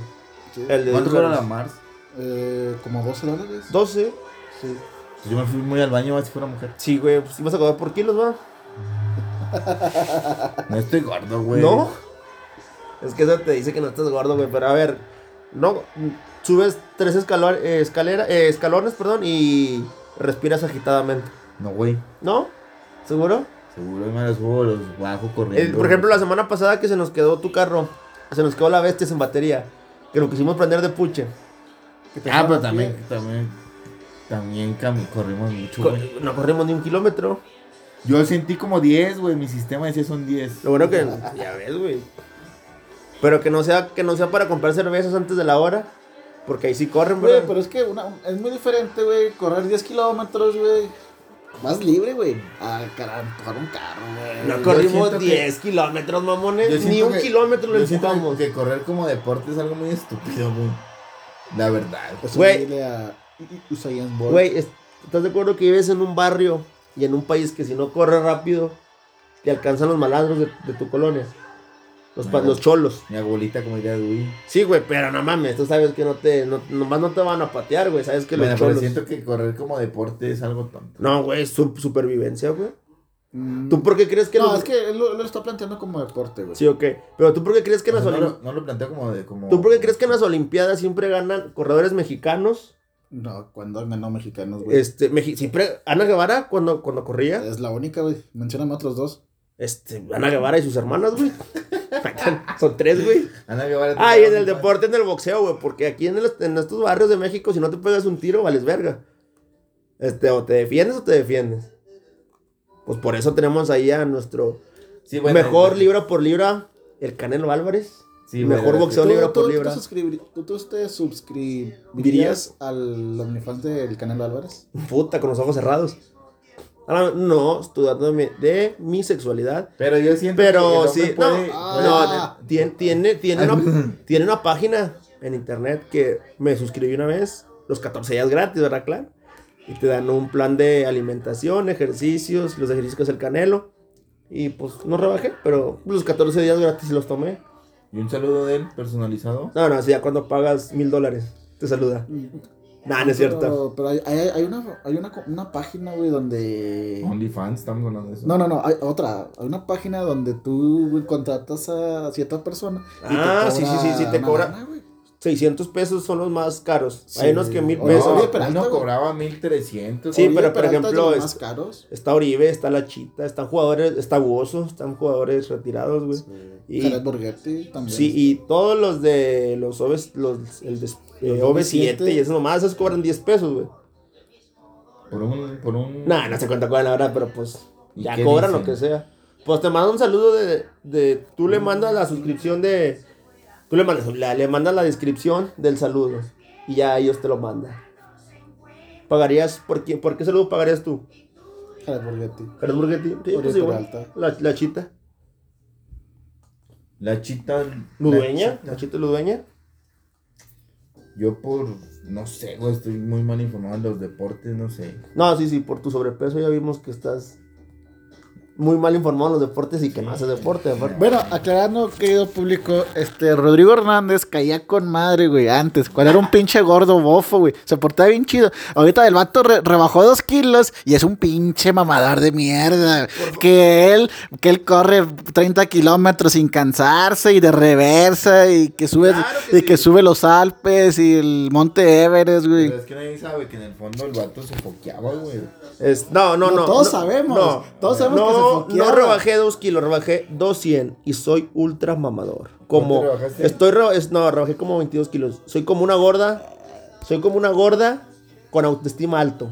S2: Sí.
S1: El de
S3: ¿Cuánto
S1: dos
S3: fueron la
S1: dólares.
S3: Mars?
S2: Eh, como 12 dólares.
S1: 12.
S2: Sí.
S3: Pues Yo me fui muy al baño, más si fuera mujer.
S1: Sí, güey, pues ibas a cobrar por kilos, ¿va?
S3: No estoy gordo, güey.
S1: ¿No? Es que eso te dice que no estás gordo, güey, pero a ver, no, mm, subes tres escalor- eh, escalera, eh, escalones, perdón, y respiras agitadamente,
S3: No, güey.
S1: ¿no? ¿Seguro?
S3: Seguro me los subo, los bajo
S1: Eh,
S3: corriendo.
S1: por ejemplo, la semana pasada que se nos quedó tu carro, se nos quedó la bestia sin batería, que lo quisimos prender de puche.
S3: Ah, pero también, también, también cam- corrimos mucho,
S1: Co-
S3: güey.
S1: No corrimos ni un kilómetro.
S3: Yo sentí como 10, güey. Mi sistema decía son 10.
S1: Lo bueno que, ya ves, güey. Pero que no sea, que no sea para comprar cervezas antes de la hora, porque ahí sí corren,
S2: Güey,
S1: ¿verdad?
S2: pero es que una- es muy diferente, güey, correr 10 kilómetros, güey. Más libre, güey. Ah, carajo, empujar un carro, güey.
S1: No
S3: Yo
S1: corrimos
S3: siento que-
S1: 10 kilómetros,
S3: Yo
S1: mamones. Ni
S3: siento
S1: un
S3: que-
S1: kilómetro lo
S3: yo siento
S1: empujamos.
S3: Que correr como deporte es algo muy estúpido, güey. La verdad.
S2: Pues
S1: Güey.
S2: dile a Usain Bolt.
S1: Güey, es- ¿estás de acuerdo que vives en un barrio y en un país que si no corre rápido, te alcanzan los malandros de, de tu colonia? Los, pa-
S3: No.
S1: los cholos.
S3: Mi abuelita, como diría Dui.
S1: Sí, güey, pero no mames, tú sabes que no te, no, nomás no te van a patear, güey, sabes que
S3: Bueno,
S1: los
S3: pero
S1: cholos...
S3: siento que correr como deporte es algo tonto.
S1: No, güey, es su- supervivencia, güey.
S2: Mm.
S1: ¿Tú por qué crees que
S2: no,
S1: los-
S2: es que él lo, él lo está planteando como deporte, güey.
S1: Sí, ok. Pero tú por qué crees que en
S3: O
S1: las
S3: sea, no,
S1: Olim-
S3: lo, no lo planteo como de. Como...
S1: ¿Tú por qué crees que en las Olimpiadas siempre ganan corredores mexicanos?
S2: No, cuando ganó mexicanos, güey. Es,
S1: Este, Meji- siempre Ana Guevara cuando, cuando corría.
S2: la única, güey. Mencióname otros dos.
S1: Este, Ana Guevara y sus hermanas, güey. Son tres, güey.
S3: Ana Guevara-
S1: Ah, y en el deporte, en el boxeo, güey. Porque aquí en, el- en estos barrios de México, si no te pegas un tiro, vales verga. Este, o te defiendes o te defiendes. Pues por eso tenemos ahí a nuestro
S3: Sí, bueno,
S1: mejor
S3: es-
S1: libra por libra, el Canelo Álvarez.
S3: Sí,
S1: mejor
S3: bueno,
S1: boxeador libra por libra.
S2: ¿Tú, suscribir- tú, tú te suscribirías al OnlyFans del Canelo Álvarez?
S1: Puta, con los ojos cerrados. Ah, no, estoy dándome de mi sexualidad.
S3: Pero yo siento
S1: Pero
S3: el hombre
S1: sí,
S3: puede-
S1: no,
S2: puede-
S1: no, tiene, tiene, tiene, una, tiene una página en internet que me suscribí una vez, los 14 días gratis, ¿verdad, Clan? Y te dan un plan de alimentación, ejercicios, los ejercicios que hace el canelo. Y pues no rebajé, pero los 14 días gratis los tomé.
S3: Y un saludo de él personalizado.
S1: No, no, sí, ya cuando pagas mil dólares, te saluda. Nah, Ah, no es cierto.
S2: Pero, pero hay, hay, hay una, hay una, co- una página, güey, donde...
S3: OnlyFans, estamos hablando de eso.
S2: No, no, no, hay otra. Hay una página donde tú güey, contratas a cierta persona.
S1: Ah, sí, sí, sí, sí, te
S2: una
S1: cobra-
S2: lana, güey.
S1: 600 pesos son los más caros.
S2: Sí.
S1: Hay unos que mil
S2: No,
S1: pesos.
S2: Oye, pero
S3: uno
S2: hasta-
S3: cobraba 1300.
S1: Sí,
S2: Oribe
S1: pero, por
S2: Peralta es de
S1: ejemplo,
S2: los más
S1: este-
S2: caros.
S1: Está Oribe, está La Chita, están jugadores, está Buoso, están jugadores retirados, güey. Y-
S2: Jared Borghetti también.
S1: Sí, y todos los de los OV, los, el de,
S2: Los
S1: OV7
S2: OV7.
S1: y eso nomás, esos cobran 10 pesos, güey.
S3: Por un. Por un...
S1: Nah, no sé cuánto cobran ahora, pero pues
S3: ¿Y
S1: ya
S3: qué
S1: cobran lo
S3: dicen?
S1: que sea. Pues te mando un saludo de, de tú le mandas la suscripción de, tú le mandas, la- le mandas la descripción del saludo y ya ellos te lo mandan. ¿Pagarías, por, quién, por qué saludo pagarías tú?
S2: Jared Borghetti.
S1: ¿Carlos Burguetti? Sí, pues
S2: Oribe
S1: igual.
S2: Peralta.
S1: La, la chita.
S3: La chita.
S1: ¿Ludueña?
S3: la
S1: ¿La
S3: chita.
S1: chita Ludueña?
S3: Yo por. No sé, güey, estoy muy mal informado en los deportes, no sé.
S1: No, sí, sí, por tu sobrepeso ya vimos que estás muy mal informado en los deportes y que no hace deporte. aparte.
S2: Bueno, aclarando, querido público, este Rodrigo Hernández caía con madre, güey, antes. Cuál era un pinche gordo bofo, güey. Se portaba bien chido. Ahorita el vato re- rebajó dos kilos y es un pinche mamador de mierda. Que él, que él corre 30 kilómetros sin cansarse y de reversa y que sube,
S1: Claro que
S2: y que
S1: sí.
S2: sube los Alpes y el Monte Everest, güey.
S3: Pero es que nadie sabe que en el fondo el vato se foqueaba, güey.
S1: Es- no, no,
S2: No,
S1: no,
S2: todos
S1: no,
S2: sabemos, todos sabemos que
S1: no,
S2: se foqueaba.
S1: No rebajé dos kilos, rebajé 200 y soy ultra mamador. Como.
S3: ¿Cuánto rebajaste?
S1: Estoy. re- es- no, rebajé como 22 kilos. Soy como una gorda. Soy como una gorda con autoestima alto.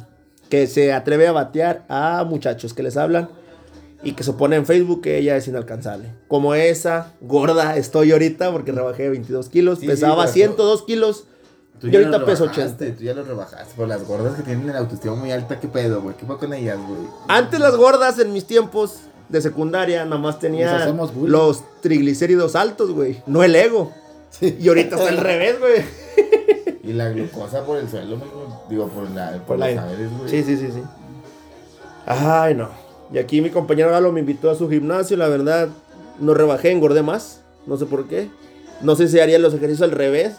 S1: Que se atreve a batear a muchachos que les hablan. Y que se pone en Facebook que ella es inalcanzable. Como esa gorda estoy ahorita porque rebajé 22 kilos.
S3: Sí, sí,
S1: pesaba
S3: pero-
S1: 102 kilos.
S3: Tú
S1: Y
S3: ya lo
S1: ahorita peso
S3: rebajaste,
S1: 80.
S3: Tú ya lo rebajaste. Por las gordas que tienen la autoestima muy alta, ¿qué pedo, güey? ¿Qué pasa con ellas, güey?
S1: Antes las gordas en mis tiempos de secundaria nada más
S2: Les
S1: tenían
S2: hacemos bullying.
S1: los triglicéridos altos, güey. No el ego. Y ahorita está al revés, güey.
S3: Y la glucosa por el suelo, güey. Digo, por, la, por,
S1: Por
S3: los
S1: la-
S3: saberes, güey.
S1: Sí, sí, sí, sí. Ay, no. Y aquí mi compañero Galo me invitó a su gimnasio, la verdad, no rebajé, engordé más. No sé por qué. No sé si haría los ejercicios al revés.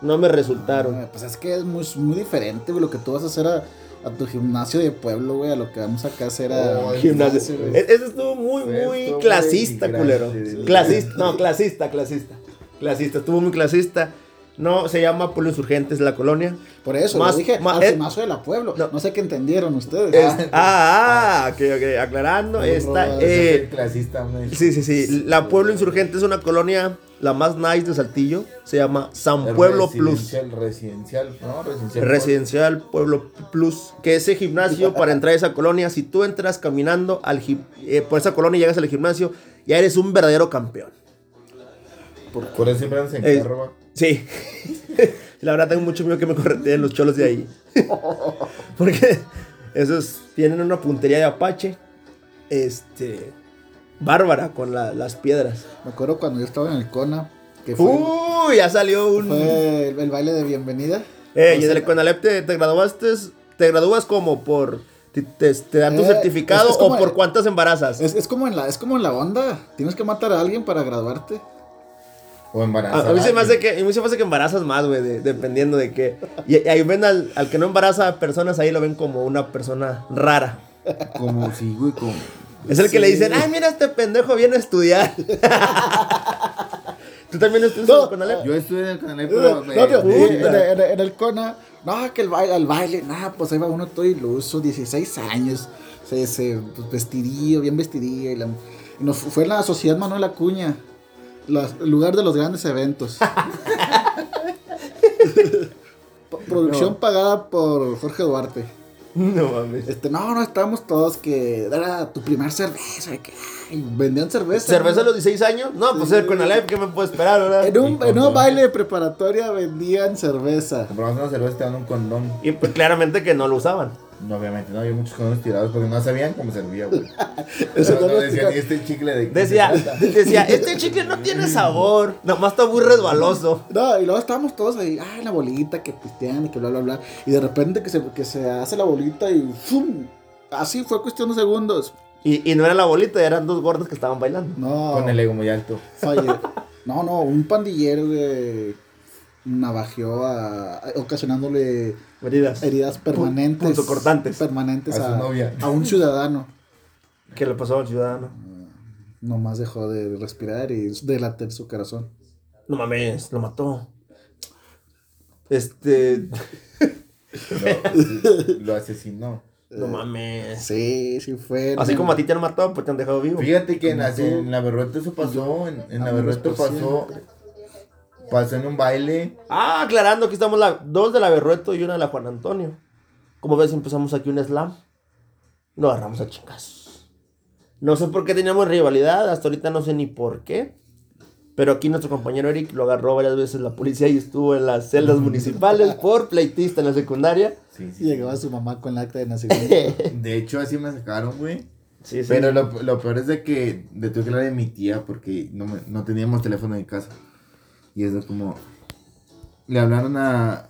S1: No me resultaron.
S2: Ah, Pues es que es muy, muy diferente, güey, lo que tú vas a hacer a, a tu gimnasio de pueblo, güey, a lo que vamos acá a hacer a...
S3: Oh,
S1: Gimnasio.
S3: gimnasio, güey.
S1: E- Ese estuvo muy,
S3: Fue-
S1: muy
S3: estuvo
S1: clasista,
S3: muy
S1: culero.
S3: grande.
S1: Clasista, no, clasista, clasista. Clasista, estuvo muy clasista. No, se llama Pueblo Insurgentes la colonia.
S2: Por eso,
S1: Más-
S2: lo dije,
S1: más-
S2: al
S1: eh,
S2: gimnasio de la pueblo.
S1: no.
S2: No, sé qué entendieron ustedes.
S1: Es- ah, ah, ok, ok, aclarando.
S2: Ay,
S1: Esta,
S2: Roberto,
S3: Ese Pues es
S1: eh,
S3: el clasista, güey.
S1: Sí, sí, sí. La Pueblo Insurgente es una colonia, la más nice de Saltillo. Se llama San
S3: El
S1: Pueblo Plus.
S3: residencial, Residencial, ¿no? Residencial.
S1: Residencial Pueblo Plus. Que ese gimnasio, para entrar a esa colonia, si tú entras caminando al gi- eh, por esa colonia y llegas al gimnasio, ya eres un verdadero campeón.
S3: Por, por eso siempre andas en
S1: Eh,
S3: carro, va.
S1: Sí. La verdad tengo mucho miedo que me correteen los cholos de ahí. Porque esos tienen una puntería de apache. Este. Bárbara con la- las piedras.
S2: Ah, Me acuerdo cuando yo estaba en el CONA, que fue,
S1: Uy, ya salió un.
S2: fue el, el baile de bienvenida.
S1: Eh, y
S2: Entonces,
S1: en el Conalep te, te graduaste, te gradúas como por, te, te- te dan tu
S2: Eh,
S1: certificado
S2: es- es
S1: o
S2: como
S1: por
S2: el-
S1: cuántas embarazas.
S2: es, es como en la, es como en la onda, tienes que matar a alguien para graduarte.
S3: O
S1: a,
S3: embarazada.
S1: a mí se me hace
S3: güey.
S1: que, a mí se me hace que embarazas más, güey, de- dependiendo de qué. Y, y ahí ven al, al que no embaraza a personas, ahí lo ven como una persona rara.
S3: Como sí, güey, como.
S1: Es el que
S2: Sí.
S1: le dicen, ay, mira, este pendejo viene a estudiar. ¿Tú también estudias en el Conalep?
S3: Yo estuve en el canal, pero.
S2: Eh, No,
S3: me-
S2: tío,
S3: me-
S2: en, en- en el CONA, no, que el baile, al baile, nada, pues ahí va uno todo iluso, 16 años, se, se pues, vestidillo, bien vestidillo. Y la- y nos fue en la Sociedad Manuel Acuña, la- el lugar de los grandes eventos. Po- Producción pagada por Jorge Duarte.
S1: No mames.
S2: Este, no, no, estábamos todos que era tu primer cerveza, que ay, vendían cerveza.
S1: ¿Cerveza a
S2: ¿no?
S1: los 16 años? No, pues el Conalep, ¿qué me puedo esperar, verdad?
S2: En un, en un baile de preparatoria vendían cerveza.
S3: Compramos una cerveza y te dan un condón.
S1: Y pues claramente que no lo usaban.
S3: No, obviamente, no había muchos condones tirados porque no sabían cómo servía, güey.
S2: Eso
S3: Pero
S2: no
S3: no
S2: lo
S3: decían,
S2: explica-
S3: este chicle de. qué se
S1: Decía,
S3: trata?"
S1: decía, este chicle no tiene sabor, nada más está muy resbaloso.
S2: No, y luego estábamos todos ahí, ah, la bolita, que pistean y que bla, bla, bla. Y de repente que se, que se hace la bolita y ¡fum! Así fue cuestión de segundos.
S1: Y, y no era la bolita, eran dos gordos que estaban bailando.
S2: No,
S3: Con el ego muy alto.
S2: falle- No, no, un pandillero que navajeó a, a- ocasionándole
S1: Heridas.
S2: heridas permanentes.
S1: punzocortantes.
S2: Permanentes
S3: A su
S2: a,
S3: novia.
S2: a un ciudadano.
S1: Que le pasó al ciudadano.
S2: Nomás dejó de respirar y delatar su corazón.
S1: No mames, lo mató. Este.
S3: Lo, lo asesinó.
S1: No mames.
S2: Sí, sí fue.
S1: Así
S2: no,
S1: como a ti te han matado, pues te han dejado vivo.
S3: Fíjate que en,
S2: Como
S3: la-
S2: tú.
S3: en la berrueta eso pasó. En, en la
S2: Amigos
S3: berrueta
S2: por
S3: pasó. Pasó en un baile.
S1: Ah, aclarando, aquí estamos la, dos de la Berrueto y una de la Juan Antonio. Como ves, empezamos aquí un slam. Nos agarramos a chingazos. No sé por qué teníamos rivalidad, hasta ahorita no sé ni por qué. Pero aquí nuestro compañero Eric lo agarró varias veces la policía y estuvo en las celdas municipales por pleitista en la secundaria.
S3: Sí, sí.
S2: Llegaba su mamá con el acta de nacimiento.
S3: De hecho, así me sacaron, güey.
S1: Sí, sí.
S3: Pero lo, lo peor es de que le tuve que hablar de mi tía porque no, me- no teníamos teléfono en casa. Y es de como. Le hablaron a.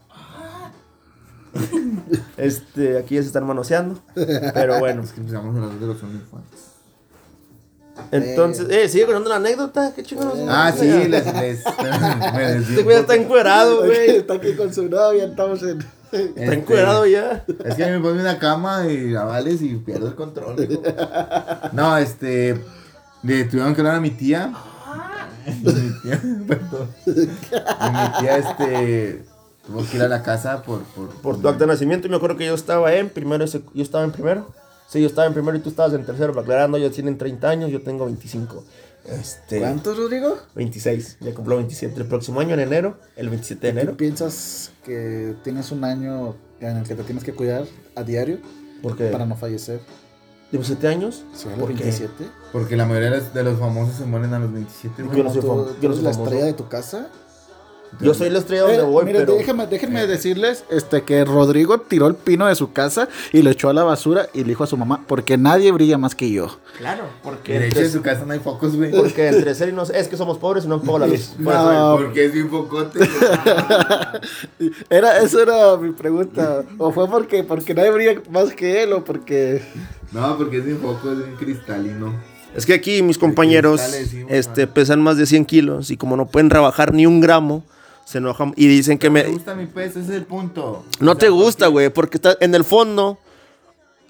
S1: Este, aquí ya se están manoseando. Pero bueno.
S3: Es que empezamos a hablar de los OnlyFans.
S1: Entonces, eh, sigue contando la anécdota, qué chingados.
S3: Ah, sí, les. les me desvié
S1: Este güey ya
S3: un poco.
S1: está encuerado, güey.
S2: Está aquí con su novia, estamos en.
S1: Está
S3: Este,
S1: encuerado ya.
S3: Es que a mí me pone una cama y la vales y pierdo el control. hijo. No, este. Le tuvieron que hablar a mi tía. Y mi tía, perdón. Y mi tía, este. Tuvo que ir a la casa por. Por,
S1: Por tu acta de nacimiento, y me acuerdo que yo estaba en primero, y sec- yo estaba en primero. Sí, yo estaba en primero y tú estabas en tercero, para aclarando, ellos tienen 30 años, yo tengo 25. Este,
S2: ¿Cuánto, Rodrigo?
S1: 26, ya cumplo 27. El próximo año, en enero, el 27 de
S2: ¿Tú
S1: enero.
S2: piensas que tienes un año en el que te tienes que cuidar a diario
S1: Porque
S2: para no fallecer?
S1: tengo 7 años.
S2: ¿Sí, a los
S1: ¿Por qué?
S2: 27?
S3: Porque la mayoría de los- de los famosos se mueren a los 27.
S1: Yo
S3: güey.
S1: no soy
S2: ¿Tú-
S1: fam- yo
S2: tú
S1: no
S2: eres
S1: soy
S2: la
S1: famoso.
S2: estrella de tu casa?
S1: Yo soy la estrella donde
S2: Eh,
S1: voy,
S2: mira,
S1: pero. eh.
S2: déjenme, déjenme decirles este, que Rodrigo tiró el pino de su casa y lo echó a la basura y le dijo a su mamá, porque nadie brilla más que yo.
S1: Claro,
S3: Y de
S1: porque.
S3: hecho en su casa no hay focos, güey.
S1: Porque entre ser y no es que somos pobres y no pago la luz. Por eso-
S2: No.
S3: Porque es bien focote.
S2: Era, esa era mi pregunta. ¿O fue porque, porque nadie brilla más que él o porque...
S3: No, porque es bien foco, es bien cristalino.
S1: Es que aquí mis compañeros
S3: cristales, sí, bueno.
S1: este, pesan más de 100 kilos y como no pueden rebajar ni un gramo, se enojan y dicen que
S3: Me
S1: me...
S3: gusta mi peso, ese es el punto. O
S1: No
S3: sea,
S1: te gusta, güey, porque está en el fondo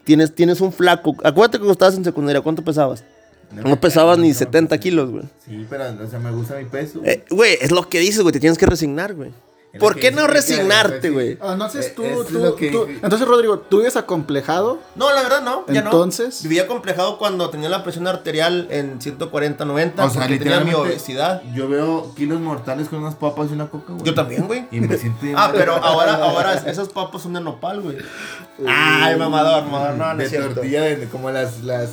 S1: tienes, tienes un flaco. Acuérdate que cuando estabas en secundaria, ¿cuánto pesabas? No pesabas ni 70 kilos, güey.
S3: Sí, pero, o sea, me gusta mi peso.
S1: Eh, Güey, es lo que dices, güey, te tienes que resignar, güey.
S3: lo
S1: ¿Por
S3: que
S1: qué
S3: dice
S1: no
S3: mi tía, pues,
S1: resignarte,
S3: sí.
S1: güey?
S2: Entonces
S3: Eh, es lo que-
S2: Entonces, Rodrigo, ¿tú vives acomplejado?
S1: No, la verdad no, ya
S2: Entonces-
S1: no. Vivía complejado cuando tenía la presión arterial en 140-90,
S3: O
S1: porque
S3: sea,
S1: tenía mi
S3: literalmente,
S1: obesidad.
S3: Yo veo kilos mortales con unas papas y una coca, güey.
S1: Yo también, güey.
S3: Y me siento. bien
S1: Ah,
S3: mal.
S1: pero ahora, ahora esas papas son de nopal, güey. Ay, mamador, mamador, no, no
S3: de
S1: es cierto.
S3: tortilla, de- como las, las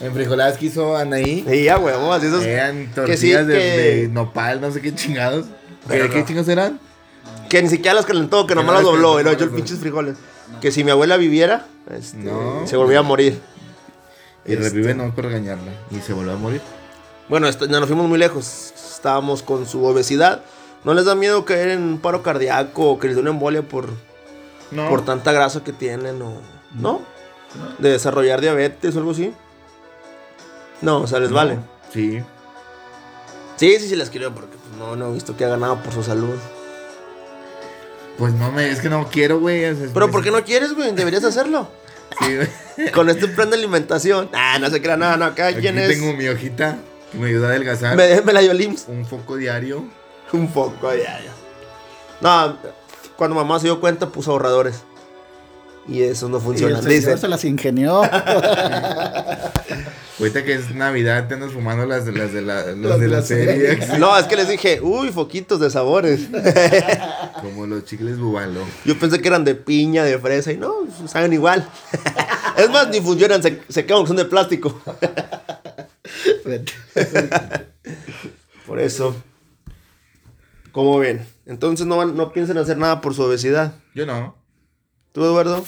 S3: enfrijoladas que hizo Anaí.
S1: Sí, ya, huevos, esos.
S3: Eran
S1: que sí,
S3: tortillas de,
S1: que-
S3: de nopal, no sé qué chingados.
S1: Pero
S3: ¿De qué
S1: no.
S3: chingados eran?
S1: Que ni siquiera las calentó, que
S3: Que
S1: nomás las
S3: no las
S1: dobló,
S3: calentó,
S1: y luego
S3: no
S1: echó el
S3: las
S1: pinches frijoles. Que si mi abuela viviera, este,
S3: No.
S1: se volvía a morir. Este.
S3: Y revive no por regañarla. Y se volvió a morir.
S1: Bueno, esto- ya nos fuimos muy lejos. Estábamos con su obesidad. ¿No les da miedo caer en un paro cardíaco o que les dé una embolia por,
S3: No.
S1: por tanta grasa que tienen o. ¿No? ¿De desarrollar diabetes o algo así? No, o sea, les vale.
S3: Sí.
S1: Sí, sí, sí las quiero porque pues, no, no he visto que ha ganado por su salud.
S3: Pues no me, es que no quiero, güey. o sea, es-
S1: Pero ¿por qué no quieres, güey? Deberías hacerlo.
S3: Sí, güey.
S1: Con este plan de alimentación. Ah, no se crea nada, no, cada
S3: Aquí
S1: quien es.
S3: tengo mi hojita que me ayuda a adelgazar.
S1: Me, me la dio el IMSS.
S3: Un foco diario.
S1: Un poco, ya, ya. No, cuando mamá se dio cuenta puso ahorradores. Y eso no funciona. Dice,
S2: se las ingenió.
S3: Ahorita que es Navidad, te andas fumando las, de- las de la,
S2: Las
S3: los de
S2: de
S3: la
S2: la
S3: serie.
S1: no, es que les dije, uy, foquitos de sabores.
S3: Como los chicles bubalo.
S1: Yo pensé que eran de piña, de fresa, y no, pues, saben igual. es más, ni funcionan, se, se quedan, son de plástico. Por eso. ¿Cómo ven? Entonces no, van- no piensan hacer nada por su obesidad.
S3: Yo no.
S1: ¿Tú, Eduardo?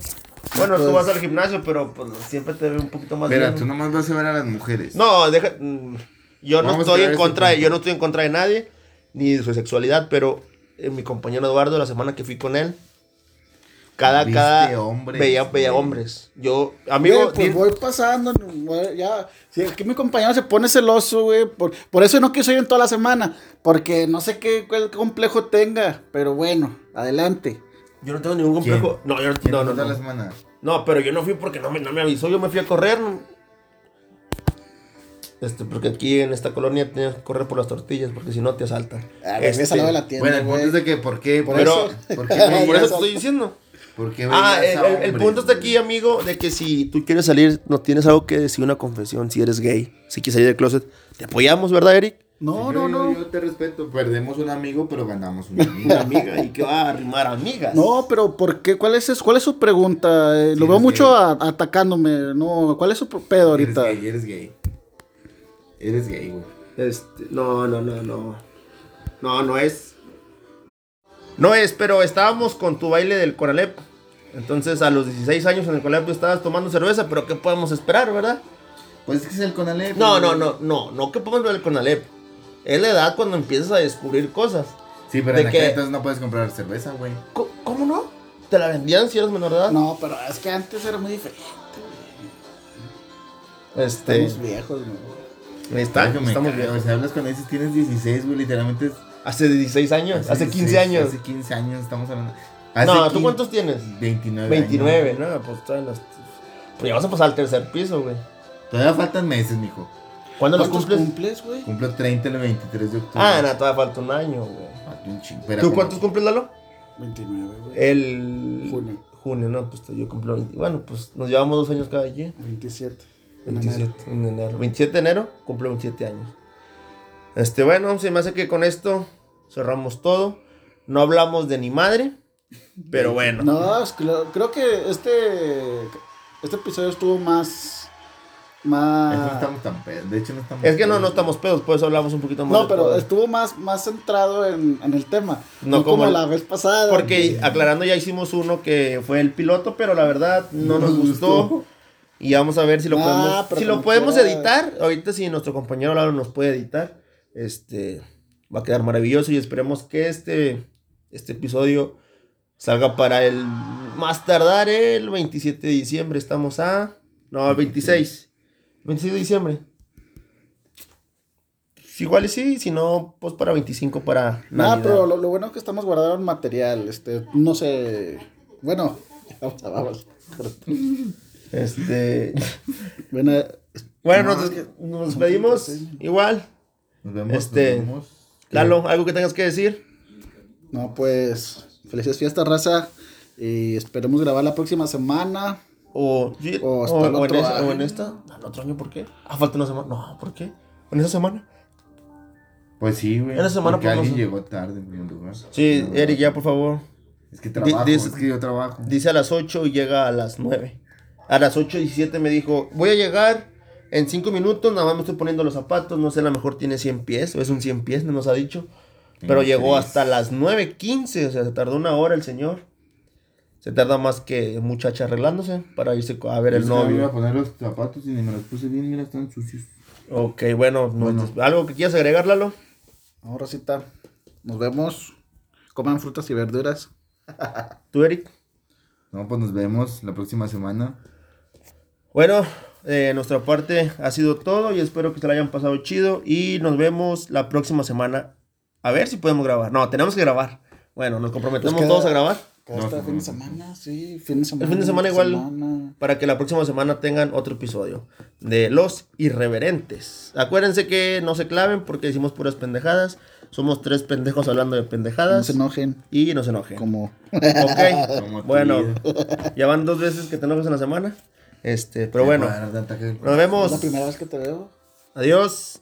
S1: Bueno, tú
S2: Pues-
S1: vas al gimnasio, pero pues, siempre te veo un poquito más
S3: Espera,
S1: bien.
S3: tú nomás vas a ver a las mujeres.
S1: Pues No, deja. mm, Yo no
S3: Vamos a
S1: estoy
S3: aclarar
S1: en
S3: ese
S1: contra de,
S3: punto.
S1: yo no estoy en contra de nadie, ni de su sexualidad, pero eh, mi compañero Eduardo, la semana que fui con él, cada,
S3: Viste
S1: cada
S3: hombres,
S1: veía, veía
S3: güey.
S1: hombres. Yo, amigo,
S2: Güey, pues
S1: di-
S2: voy pasando, güey, ya. Si aquí mi compañero se pone celoso, güey. Por, por eso no quiso ir en toda la semana. Porque no sé qué, cuál complejo tenga. Pero bueno, adelante.
S1: yo no tengo ningún
S3: ¿Quién?
S1: complejo. No, yo
S3: ¿Quién
S1: no, no,
S3: nos da
S1: no,
S3: la
S1: no.
S3: semana?
S1: No, pero yo no fui porque no me, no me avisó, yo me fui a correr. no. Este, porque aquí en esta colonia tienes que correr por las tortillas, porque si no te asaltan.
S2: Ah, güey, ves
S1: Este,
S2: al lado de la tienda,
S3: Bueno, el punto
S2: güey.
S3: es de que, ¿por qué?
S2: Por
S1: Pero-
S3: ¿Por qué veías-
S1: Por eso te estoy diciendo.
S3: ¿Por qué
S1: Ah,
S3: veías
S1: el, el-
S3: a
S1: el
S3: hombres,
S1: punto está
S3: güey?
S1: aquí, amigo, de que si tú quieres salir, no tienes algo que decir, una confesión, si eres gay, si quieres salir del closet, te apoyamos, ¿verdad, Eric?
S2: No, no,
S3: Yo- yo-
S2: no.
S3: Yo te respeto. Perdemos un amigo, pero ganamos un amigo.
S1: Una amiga, y que va a arrimar amigas.
S2: No, pero ¿por qué? ¿Cuál es, es- cuál es su pregunta? Eh, lo
S3: Sí,
S2: veo
S3: es
S2: mucho
S3: que-
S2: a- atacándome. No, ¿cuál es su pedo ahorita?
S3: Eres gay, eres gay. Eres gay, güey.
S1: Este, no, no, no, no. No, no es. No es, pero estábamos con tu baile del Coralep. Entonces, a los 16 años en el Coralep tú estabas tomando cerveza, pero ¿qué podemos esperar, verdad?
S3: Pues es que es el Conalep.
S1: No,
S3: güey.
S1: no, no, no, no que podemos ver el Coralep. Es la edad cuando empiezas a descubrir cosas.
S3: Sí, pero
S1: ¿De
S3: en aquel
S1: qué?
S3: entonces no puedes comprar cerveza, güey.
S1: Co- ¿Cómo no? ¿Te la vendían si eras menor de edad?
S2: No, pero es que antes era muy diferente.
S1: Este.
S2: Estamos viejos, güey.
S1: Ahí está,
S3: Ay, que me
S1: estamos
S3: cago,
S1: bien.
S3: O sea, hablas con ellos, tienes 16, güey, literalmente. es-
S1: Hace 16 años, hace 15
S3: 16,
S1: años.
S3: Hace 15 años estamos hablando.
S1: no,
S3: Hace
S1: ¿tú
S3: 15
S1: cuántos tienes?
S3: 29.
S1: 29,
S3: años.
S1: ¿no? Pues todavía los... Pues ya vas a pasar al tercer piso, güey.
S3: Todavía faltan meses, mijo.
S1: ¿Cuándo los
S2: ¿Cuántos
S1: cumples?
S2: cumples, güey?
S3: Cumplo 30 el 23 de octubre.
S1: Ah, no, todavía falta un año, güey.
S3: Falta un chingo. Pero
S1: ¿Tú
S3: como-
S1: cuántos cumples, Lalo?
S2: 29, güey.
S1: El...
S2: Junio.
S1: Junio, no, pues yo cumplo 20. Bueno, pues nos llevamos dos años cada quien.
S2: 27. en enero.
S1: 27 en enero. 27 de enero, cumple 27 años. Este, bueno, se me hace que con esto cerramos todo. No hablamos de ni madre, pero bueno.
S2: No, es que lo- creo que este, este episodio estuvo más.
S3: Es que No
S2: más
S3: estamos tan pedos. De hecho, no estamos.
S1: Es que no, no
S3: pedos.
S1: estamos pedos, por eso hablamos un poquito más.
S2: no,
S1: de
S2: pero
S1: todo.
S2: estuvo más, más centrado en, en el tema.
S1: No
S2: No,
S1: como
S2: como,
S1: el-
S2: la vez pasada.
S1: Porque aclarando, ya hicimos uno que fue el piloto, pero la verdad no, nos gustó. Y vamos a ver si lo
S2: Ah,
S1: podemos,
S2: pero
S1: si lo
S2: como
S1: podemos
S2: quiera.
S1: editar. Ahorita si nuestro compañero Lalo nos puede editar, este va a quedar maravilloso y esperemos que este, este episodio salga para el más tardar el 27 de diciembre. Estamos a... No, el 26. 26 de diciembre. Pues igual y sí, si no, pues para 25 para...
S2: Nada,
S1: Navidad.
S2: pero lo, lo bueno es que estamos guardando el material. Este, no sé. Bueno, vamos, vamos.
S1: Este...
S2: Bueno,
S1: Bueno,
S3: No,
S1: nos,
S3: es que
S1: nos despedimos
S2: contraseña.
S1: igual.
S3: Nos vemos.
S1: Este-
S3: Nos vemos.
S1: Lalo, ¿algo que tengas que decir?
S2: no, pues. Felices fiestas, raza. Y esperemos grabar la próxima semana.
S1: O,
S2: O hasta el
S1: en
S2: otro
S1: esa-
S2: año.
S1: o en esta. ¿El otro año por qué? Ah, falta una semana. No, ¿por qué? ¿En esa semana?
S3: Pues sí, güey.
S1: En la semana
S3: porque alguien
S1: podemos-
S3: llegó tarde en primer lugar.
S1: Sí,
S3: No,
S1: Eric, ya por favor.
S3: Es que trabajo.
S1: Di- dice-
S3: es que yo trabajo.
S1: Dice a las 8 y llega a las 9. A las 8 y 7 me dijo, voy a llegar en 5 minutos, nada más me estoy poniendo los zapatos, no sé, a lo mejor tiene 100 pies, o es un 100 pies, no nos ha dicho. Pero
S3: Tiene
S1: llegó
S3: tres.
S1: hasta las 9.15, o sea, se tardó una hora el señor. Se tarda más que muchacha arreglándose para irse a ver el
S3: Yo me iba
S1: novio.
S3: a poner los zapatos y ni me los puse bien. Mira, están sucios.
S1: Ok, bueno, nos-
S3: Bueno.
S1: ¿algo que quieras agregar, Lalo?
S2: No, Rosita, nos vemos. Coman frutas y verduras.
S1: ¿Tú, Eric?
S3: No, pues nos vemos la próxima semana.
S1: Bueno, eh, nuestra parte ha sido todo y espero que se la hayan pasado chido y nos vemos la próxima semana. A ver si podemos grabar. No, tenemos que grabar. Bueno, nos comprometemos
S2: Pues queda-
S1: todos a grabar
S2: Cada
S3: No,
S2: esta
S3: no,
S2: fin de
S3: no.
S2: semana, sí, fin de semana.
S1: fin de semana igual.
S2: semana.
S1: para que la próxima semana tengan otro episodio de Los Irreverentes. Acuérdense que no se claven porque decimos puras pendejadas. Somos tres pendejos hablando de
S2: No
S1: pendejadas.
S2: se enojen,
S1: y no se enojen.
S2: como
S1: Ok.
S3: Como tu
S1: bueno,
S3: vida.
S1: ya van dos veces que te enojas en la semana. Este, pero
S3: Me
S1: bueno,
S3: va a dar un ataque del
S1: nos
S3: corazón.
S2: es la
S1: vemos.
S2: primera vez que te veo.
S1: Adiós.